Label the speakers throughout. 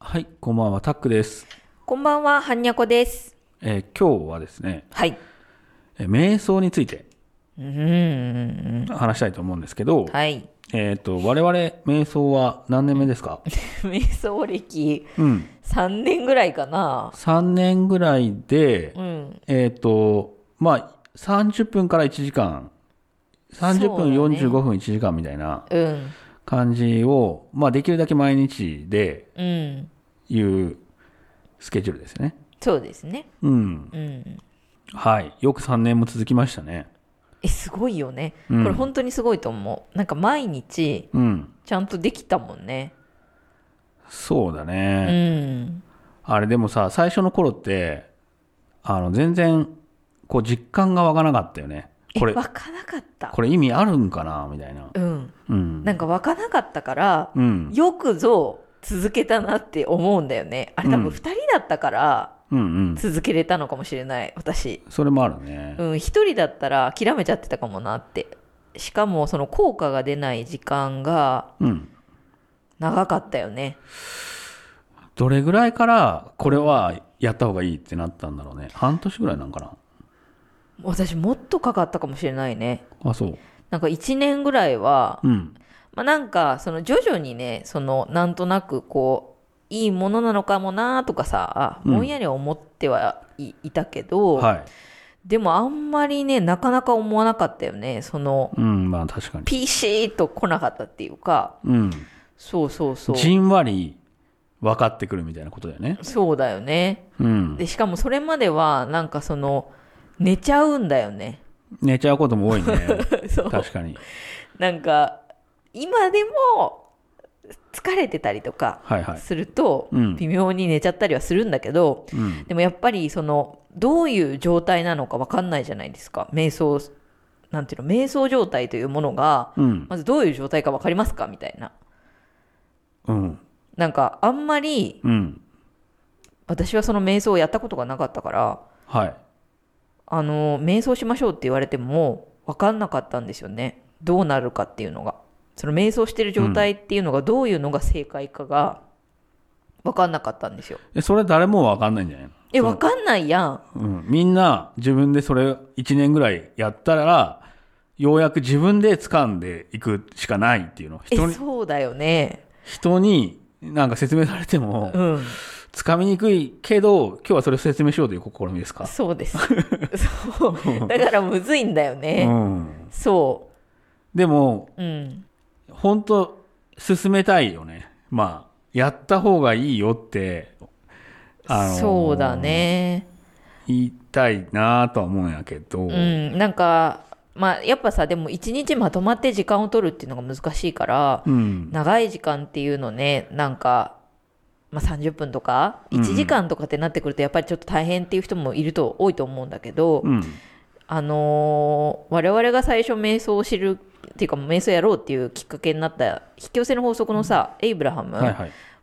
Speaker 1: はい、こんばんは、タックです。
Speaker 2: こんばんは、はんにゃこです。
Speaker 1: えー今日はですね、
Speaker 2: はい。
Speaker 1: えー瞑想について
Speaker 2: うーん。
Speaker 1: 話したいと思うんですけど、
Speaker 2: はい。
Speaker 1: えっ、と、我々、瞑想は何年目です か
Speaker 2: 瞑想歴
Speaker 1: うん。
Speaker 2: 3年ぐらいかな。
Speaker 1: 3年ぐらいで
Speaker 2: う、ん。
Speaker 1: えっ、と、まあ、30分から1時間、30分、
Speaker 2: そうだね
Speaker 1: 45分、1時間みたいな
Speaker 2: うん。
Speaker 1: 感じを、まあ、できるだけ毎日で
Speaker 2: うん。
Speaker 1: いうスケジュールですよね。
Speaker 2: そうですね。
Speaker 1: うん。
Speaker 2: うん。
Speaker 1: はい。よく3年も続きましたね。
Speaker 2: え、すごいよね。
Speaker 1: うん
Speaker 2: これ本当にすごいと思う。なんか毎日、
Speaker 1: うん。
Speaker 2: ちゃんとできたもんね。
Speaker 1: そうだ
Speaker 2: う
Speaker 1: ね。
Speaker 2: ん。
Speaker 1: あれでもさ、最初の頃って、あの、全然、こう、実感が湧かなかったよね。
Speaker 2: え、
Speaker 1: これ、
Speaker 2: わかなかった。
Speaker 1: これ意味あるんかなみたいな。
Speaker 2: うん。
Speaker 1: うん。
Speaker 2: なんかわかなかったから、
Speaker 1: うん。
Speaker 2: よくぞ続けたなって思うんだよね。あれ
Speaker 1: う
Speaker 2: 多
Speaker 1: ん
Speaker 2: 分2人だったから
Speaker 1: うんうん。
Speaker 2: 続けれたのかもしれない、私。
Speaker 1: それもあるね。
Speaker 2: うん、一人だったら諦めちゃってたかもなって。しかもその効果が出ない時間が
Speaker 1: うん。
Speaker 2: 長かったよね。
Speaker 1: どれぐらいから、これはやった方がいいってなったんだろうね。半年ぐらいなんか
Speaker 2: 私もっとかかったかもしれないね。
Speaker 1: な。あ、そう。
Speaker 2: なんか1年ぐらいは、
Speaker 1: うん。
Speaker 2: まあ、なんかその徐々にね、そのなんとなくこう、いいものなのかもなとかさ、
Speaker 1: うん
Speaker 2: ぼんやり思ってはい,、たけど、
Speaker 1: はい。
Speaker 2: でもあんまりね、なかなか思わなかったよね。その、
Speaker 1: うん、まあ確かに。
Speaker 2: ピシーっと来なかったっていうか、
Speaker 1: うん。
Speaker 2: そうそうそう。
Speaker 1: じんわり分かってくるみたいなことだよね。
Speaker 2: そうだよね。
Speaker 1: うん。
Speaker 2: でしかもそれまではなんかその寝ちゃうんだよね
Speaker 1: 寝ちゃうことも多いね。
Speaker 2: そう
Speaker 1: 確かに。
Speaker 2: なんか今でも疲れてたりとか
Speaker 1: はいはい。
Speaker 2: すると
Speaker 1: うん
Speaker 2: 微妙に寝ちゃったりはするんだけど、
Speaker 1: うん。
Speaker 2: でもやっぱりそのどういう状態なのか分かんないじゃないですか瞑想なんていうの瞑想状態というものが
Speaker 1: うん。
Speaker 2: まずどういう状態か分かりますかみたいな
Speaker 1: うん。
Speaker 2: なんかあんまり
Speaker 1: うん。
Speaker 2: 私はその瞑想をやったことがなかったから
Speaker 1: はい。
Speaker 2: あの瞑想しましょうって言われても分かんなかったんですよねどうなるかっていうのがその瞑想してる状態っていうのがどういうのが正解かが分かんなかったんですよ
Speaker 1: えそれ誰もわかんないんじゃないの
Speaker 2: え分かんないやん
Speaker 1: うん、みんな自分でそれ1年ぐらいやったらようやく自分で掴んでいくしかないっていうの
Speaker 2: え
Speaker 1: 人に
Speaker 2: そうだよね
Speaker 1: 人になんか説明されても
Speaker 2: うん
Speaker 1: 掴みにくいけど今日はそれを説明しようという試みですか、
Speaker 2: そ うですそうだからむずいんだよ
Speaker 1: う
Speaker 2: ね、
Speaker 1: ん、
Speaker 2: そ
Speaker 1: でも
Speaker 2: ううん
Speaker 1: 本当進めたいよねまあやった方がいいよって、のー
Speaker 2: そうだね
Speaker 1: 言いたいなとは思うんやけど、
Speaker 2: うんなんかまあやっぱさでも一日まとまって時間を取るっていうのが難しいから
Speaker 1: うん
Speaker 2: 長い時間っていうのねなんか、まあ、30分とか
Speaker 1: うんうん
Speaker 2: 1時間とかってなってくるとやっぱりちょっと大変っていう人もいると多いと思うんだけど、
Speaker 1: うん
Speaker 2: あのー我々が最初瞑想を知るっていうか瞑想やろうっていうきっかけになった引き寄せの法則のさ、エイブラハム
Speaker 1: はい
Speaker 2: は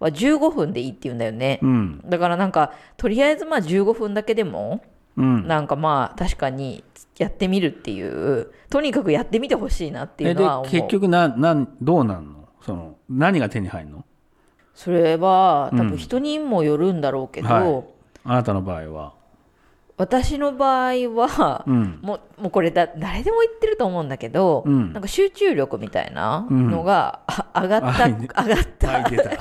Speaker 1: はい、
Speaker 2: 15分でいいっていうんだよね、
Speaker 1: うん
Speaker 2: だからなんかとりあえずまあ15分だけでも
Speaker 1: うん、
Speaker 2: なんかまあ確かにやってみるっていうとにかくやってみてほしいなっていう
Speaker 1: え
Speaker 2: の
Speaker 1: で
Speaker 2: は思う
Speaker 1: 結局ななんどうなんのその何が手に入るの
Speaker 2: それは多
Speaker 1: うん
Speaker 2: 分人にもよるんだろうけど、
Speaker 1: はいあなたの場合は
Speaker 2: 私の場合は、
Speaker 1: うん
Speaker 2: もうもうこれだ誰でも言ってると思うんだけど、
Speaker 1: うん
Speaker 2: なんか集中力みたいなのが、あ上がった、
Speaker 1: あいいね
Speaker 2: 上がった
Speaker 1: はい出た
Speaker 2: っ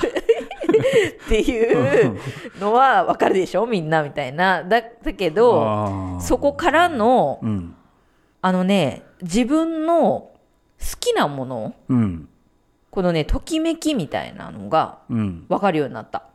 Speaker 2: ていうのは分かるでしょみんなみたいなだだけ ど
Speaker 1: あー
Speaker 2: そこからの
Speaker 1: うん
Speaker 2: あのね自分の好きなもの
Speaker 1: うん
Speaker 2: このねときめきみたいなのが
Speaker 1: うん
Speaker 2: 分かるようになった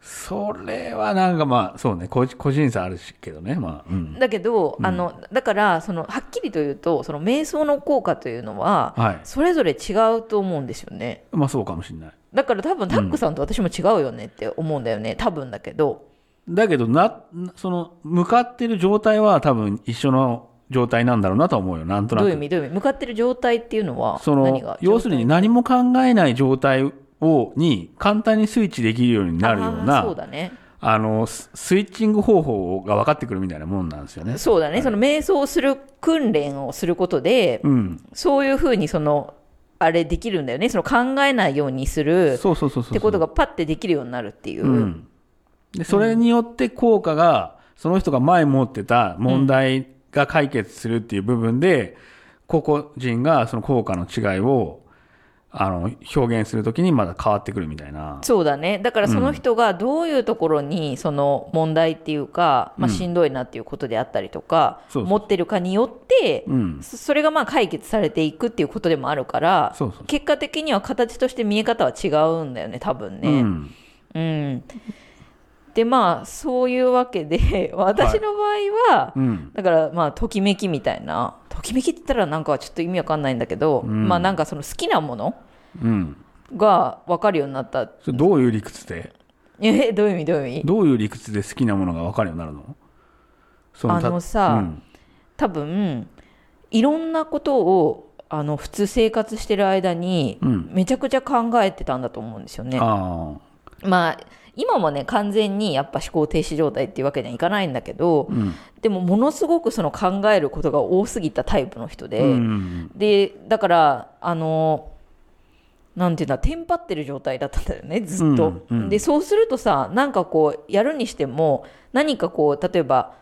Speaker 1: それはなんかまあそうね個人個人差あるしけどねまあうん
Speaker 2: だけど、あのだからそのはっきりと言うとその瞑想の効果というのは、
Speaker 1: はい
Speaker 2: それぞれ違うと思うんですよね
Speaker 1: まあそうかもしれない
Speaker 2: だから多分タックさんと私も違うよねって思うんだよね、多分だけど
Speaker 1: だけどなその向かってる状態は多分一緒の状態なんだろうなとは思うよなんとな
Speaker 2: どういう意
Speaker 1: く
Speaker 2: 味どういう意味向かってる状態っていうのは
Speaker 1: その
Speaker 2: 何が
Speaker 1: 要するに何も考えない状態をに簡単にスイッチできるようになるよう
Speaker 2: あー
Speaker 1: な
Speaker 2: そうだね
Speaker 1: あのススイッチング方法が分かってくるみたいなもんなんですよね。
Speaker 2: そうだねその瞑想をする訓練をすることで、
Speaker 1: うん、
Speaker 2: そういうふうにそのあれできるんだよねその考えないようにする
Speaker 1: そうそうそうそう
Speaker 2: ってことがパッてできるようになるっていう、
Speaker 1: うん、でそれによって効果が、その人が前持ってた問題が解決するっていう部分で、個々人がその効果の違いをあの表現するときにまだ変わってくるみたいな。
Speaker 2: そうだねだからその人がどういうところにその問題っていうか、まあ、しんどいなっていうことであったりとか、
Speaker 1: そうそう
Speaker 2: 持ってるかによって、
Speaker 1: うん。
Speaker 2: そそれがまあ解決されていくっていうことでもあるから
Speaker 1: そうそう
Speaker 2: 結果的には形として見え方は違うんだよね多分
Speaker 1: う
Speaker 2: ね。
Speaker 1: ん。
Speaker 2: うん、でまあそういうわけで 私の場合は、
Speaker 1: うん。
Speaker 2: だからまあときめきみたいなときめきって言ったらなんかちょっと意味わかんないんだけど、まあなんかその好きなもの
Speaker 1: うん。
Speaker 2: が分かるようになった
Speaker 1: それどういう理屈で、
Speaker 2: えどういう意味どういう意味
Speaker 1: どういう理屈で好きなものが分かるようになるのそた
Speaker 2: あのさ
Speaker 1: うん
Speaker 2: 多分いろんなことをあの普通生活してる間に
Speaker 1: うん
Speaker 2: めちゃくちゃ考えてたんだと思うんですよね。
Speaker 1: ああ。
Speaker 2: まあ今もね完全にやっぱ思考停止状態っていうわけにはいかないんだけど、
Speaker 1: ん
Speaker 2: でもものすごくその考えることが多すぎたタイプの人で、
Speaker 1: うん。
Speaker 2: でだからあのなんていうんだテンパってる状態だったんだよねずっと、
Speaker 1: うんうん
Speaker 2: でそうするとさなんかこうやるにしても何かこう例えば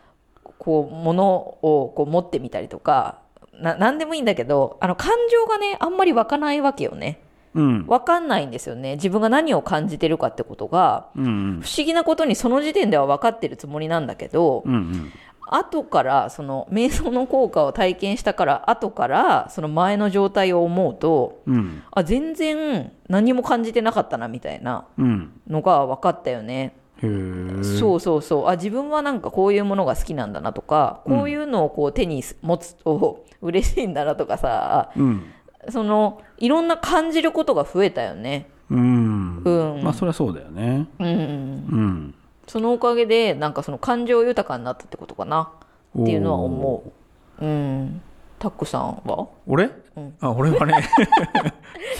Speaker 2: こう物をこう持ってみたりとかな何でもいいんだけどあの感情がねあんまり湧かないわけよね
Speaker 1: うん。
Speaker 2: 湧かんないんですよね自分が何を感じてるかってことが
Speaker 1: うん。
Speaker 2: 不思議なことにその時点では分かってるつもりなんだけど、
Speaker 1: うん。うん。
Speaker 2: 後からその瞑想の効果を体験したから後からその前の状態を思うと
Speaker 1: うん。
Speaker 2: あ全然何も感じてなかったなみたいな
Speaker 1: うん。
Speaker 2: のが分かったよね、
Speaker 1: うん。へえ。
Speaker 2: そうそうそうあ自分はなんかこういうものが好きなんだなとかこういうのをこう手に持つと 嬉しいんだなとかさ
Speaker 1: うん。
Speaker 2: そのいろんな感じることが増えたよね
Speaker 1: うん。
Speaker 2: うん
Speaker 1: まあ、それはそうだよね。
Speaker 2: うん
Speaker 1: うん。
Speaker 2: そのおかげでなんかその感情豊かになったってことかなっていうのは思
Speaker 1: おー。
Speaker 2: ううんタックさんは
Speaker 1: 俺、あ、俺はね、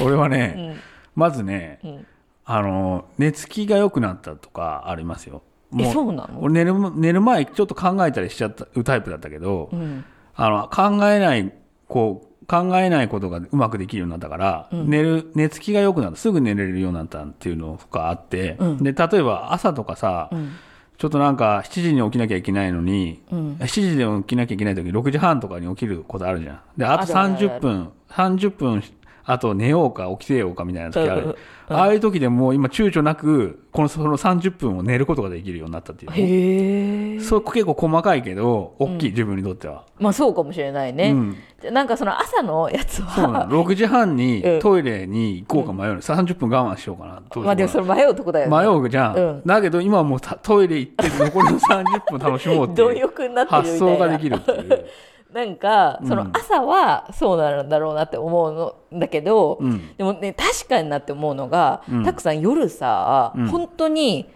Speaker 1: 俺はね、まずね、
Speaker 2: ん
Speaker 1: あの、寝つきが良くなったとかありますよ。
Speaker 2: えそううなの
Speaker 1: 俺寝る寝る前ちょっと考えたりしちゃったタイプだったけど、
Speaker 2: うん
Speaker 1: あの考えないこう考えないことがうまくできるようになったから、寝る寝つきが良くなったすぐ寝れるようになったっていうのがあって、
Speaker 2: うん
Speaker 1: で例えば朝とかさ、
Speaker 2: うん
Speaker 1: ちょっとなんか7時に起きなきゃいけないのに、
Speaker 2: うん
Speaker 1: 7時で起きなきゃいけない時6時半とかに起きることあるじゃん。で、あと
Speaker 2: あるあるあ
Speaker 1: 30
Speaker 2: る
Speaker 1: 分、30分、あと寝ようか起きてようかみたいな時あ
Speaker 2: うんうん
Speaker 1: る。ああいう時でもう今躊躇なく、このその30分を寝ることができるようになったっていう。
Speaker 2: へえ
Speaker 1: そう結構細かいけど、大きい自分にとっては。
Speaker 2: まあそうかもしれないね、
Speaker 1: うん
Speaker 2: でなんかその朝のやつ
Speaker 1: そうな
Speaker 2: は
Speaker 1: の。6時半
Speaker 2: う
Speaker 1: に
Speaker 2: ん
Speaker 1: トイレに行こうか迷うの。30分我慢しようかな。どうしようかな
Speaker 2: まあでもそれ迷うとこだよね
Speaker 1: 迷うじゃん。
Speaker 2: うん
Speaker 1: だけど今はもうたトイレ行って残りの30分楽しもう って
Speaker 2: 貪
Speaker 1: いう
Speaker 2: 欲になってる
Speaker 1: 発
Speaker 2: みた
Speaker 1: 想
Speaker 2: いな
Speaker 1: ができるって いう。
Speaker 2: なんか
Speaker 1: うん
Speaker 2: その朝はそうなんだろうなって思うのだけど、
Speaker 1: うん
Speaker 2: でもね確かになって思うのが、
Speaker 1: うん
Speaker 2: たくさん夜さ、
Speaker 1: うん
Speaker 2: 本当に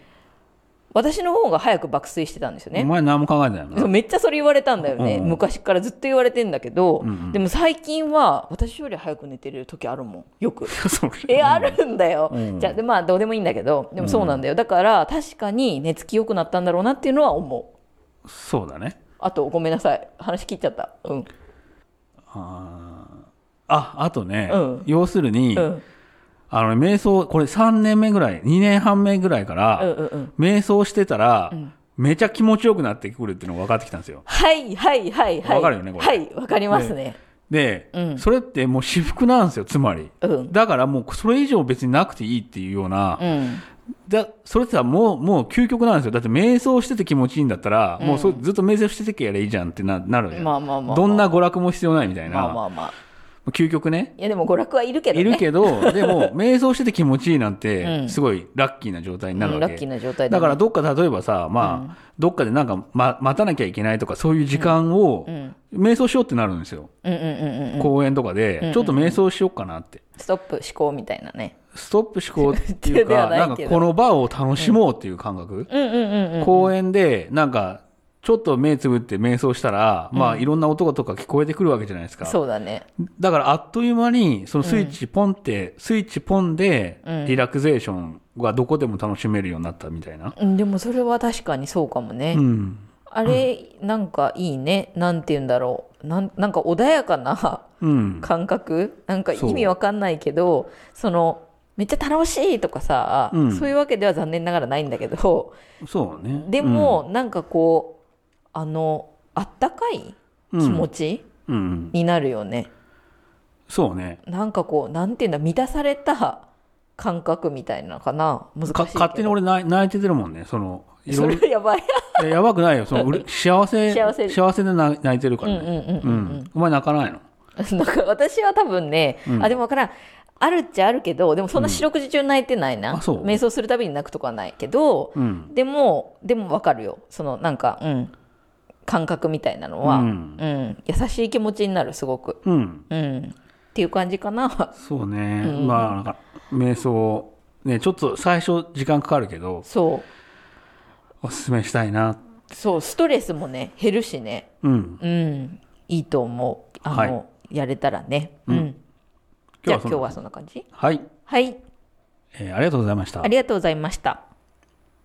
Speaker 2: 私の方が早く爆睡してたんですよ
Speaker 1: お
Speaker 2: ね。
Speaker 1: 前何も考えてない
Speaker 2: そう
Speaker 1: な。
Speaker 2: めっちゃそれ言われたんだよね、
Speaker 1: うん
Speaker 2: 昔からずっと言われてんだけど、
Speaker 1: うんうん
Speaker 2: でも最近は私より早く寝てる時あるもんよく
Speaker 1: それ
Speaker 2: えあるんだよ、
Speaker 1: うん
Speaker 2: じゃあでまあどうでもいいんだけどでもそうなんだよ、だから確かに寝つき良くなったんだろうなっていうのは思う
Speaker 1: そうだね。
Speaker 2: あとごめんなさい話聞いちゃったうん
Speaker 1: あーあ、あとね、
Speaker 2: うん
Speaker 1: 要するに、
Speaker 2: うん
Speaker 1: あの、瞑想、これ3年目ぐらい、2年半目ぐらいか
Speaker 2: うん
Speaker 1: ら、
Speaker 2: うんうん
Speaker 1: 瞑想してたら、
Speaker 2: ん
Speaker 1: めちゃ気持ちよくなってくるっていうのが分かってきたんですよ。
Speaker 2: はいはいはいはい
Speaker 1: わかるよねこれ
Speaker 2: はいわかりますね
Speaker 1: で、
Speaker 2: うん
Speaker 1: それってもう私服なんですよ、つまり。
Speaker 2: うん
Speaker 1: だからもうそれ以上別になくていいっていうような、
Speaker 2: うん
Speaker 1: だそれってさもう、もう究極なんですよ。だって瞑想してて気持ちいいんだったら、もうそずっと瞑想しててやればいいじゃんってななるよ
Speaker 2: まあまあまあ
Speaker 1: どんな娯楽も必要ないみたいな。
Speaker 2: まあまあまあ
Speaker 1: 究極ね。
Speaker 2: いやでも娯楽はいるけどね
Speaker 1: いるけ ど、でも、瞑想してて気持ちいいなん
Speaker 2: う
Speaker 1: て、
Speaker 2: ん
Speaker 1: すごいラッキーな状態になる
Speaker 2: う
Speaker 1: わ
Speaker 2: んラ
Speaker 1: け。
Speaker 2: ッキーな状態
Speaker 1: だ
Speaker 2: だ,、
Speaker 1: から、どっか例えばさ、まあ、どっかでなんか、ま、待たなきゃいけないとか、そういう時間を、瞑想しようってなるんですよ。
Speaker 2: うんうんうんうん
Speaker 1: 公園とかで、ちょっと瞑想しようかなって。
Speaker 2: ストップ思考みたいなね
Speaker 1: ストップ思考っていう
Speaker 2: で
Speaker 1: か、
Speaker 2: は
Speaker 1: な
Speaker 2: なんい
Speaker 1: か
Speaker 2: けど
Speaker 1: この場を楽しもうっていう感覚。
Speaker 2: うんうんうんうん
Speaker 1: 公園で、なんか、ちょっと目つぶって瞑想したら、まあ、いろんな音とか聞こえてくるわけじゃないですか。
Speaker 2: そうだね
Speaker 1: だからあっという間に、そのスイッチポンって、スイッチポンで
Speaker 2: う、ん
Speaker 1: リラクゼーションがどこでも楽しめるようになったみたいな。
Speaker 2: うんでもそれは確かにそうかもね、
Speaker 1: うん。
Speaker 2: あれなんかいいねなんて言うんだろうなんなんか穏やかな
Speaker 1: うん。
Speaker 2: 感覚なんか
Speaker 1: そう
Speaker 2: 意味わかんないけどそのめっちゃ楽しいとかさ、
Speaker 1: うん
Speaker 2: そういうわけでは残念ながらないんだけど
Speaker 1: そうね。
Speaker 2: でも、なんかこうあのあったかい
Speaker 1: うん、
Speaker 2: 気持ち
Speaker 1: うん、うん。
Speaker 2: になるよね、
Speaker 1: そうね。
Speaker 2: なんかこうなんていうんだ満たされた感覚みたいなのかな難しい
Speaker 1: か
Speaker 2: けど
Speaker 1: 勝手に俺泣い泣いててるもんね。その、い
Speaker 2: そ
Speaker 1: ろい
Speaker 2: れはやばい
Speaker 1: ろ、やばくないよ。その、うれ幸せ、
Speaker 2: 幸せ
Speaker 1: で泣泣いてるか
Speaker 2: うんう
Speaker 1: ら
Speaker 2: ん
Speaker 1: ね。
Speaker 2: うん
Speaker 1: う。
Speaker 2: うんん、うん
Speaker 1: お前泣かないの
Speaker 2: なんか私は多分ね、
Speaker 1: うん
Speaker 2: あでもわからんあるっちゃあるけどでもそんな四六時中泣いてないな、
Speaker 1: あそう
Speaker 2: 瞑想するたびに泣くとかはないけど、
Speaker 1: うん。
Speaker 2: でもでもわかるよそのなんかうん感覚みたいなのは、
Speaker 1: う
Speaker 2: うんん優しい気持ちになるすごく、
Speaker 1: うん。
Speaker 2: うん、っていう感じかな
Speaker 1: そうね。
Speaker 2: うん
Speaker 1: まあ、なんか、瞑想、ね、ちょっと最初時間かかるけど、
Speaker 2: そ
Speaker 1: おすすめしたいな。
Speaker 2: うそうストレスもね減るしね
Speaker 1: うん。
Speaker 2: うんいいと思うあの、
Speaker 1: はい
Speaker 2: やれたらね、うんじゃあ今日はそんな感じ
Speaker 1: はい。
Speaker 2: はい
Speaker 1: えーありがとうございました
Speaker 2: あ。りがとうございました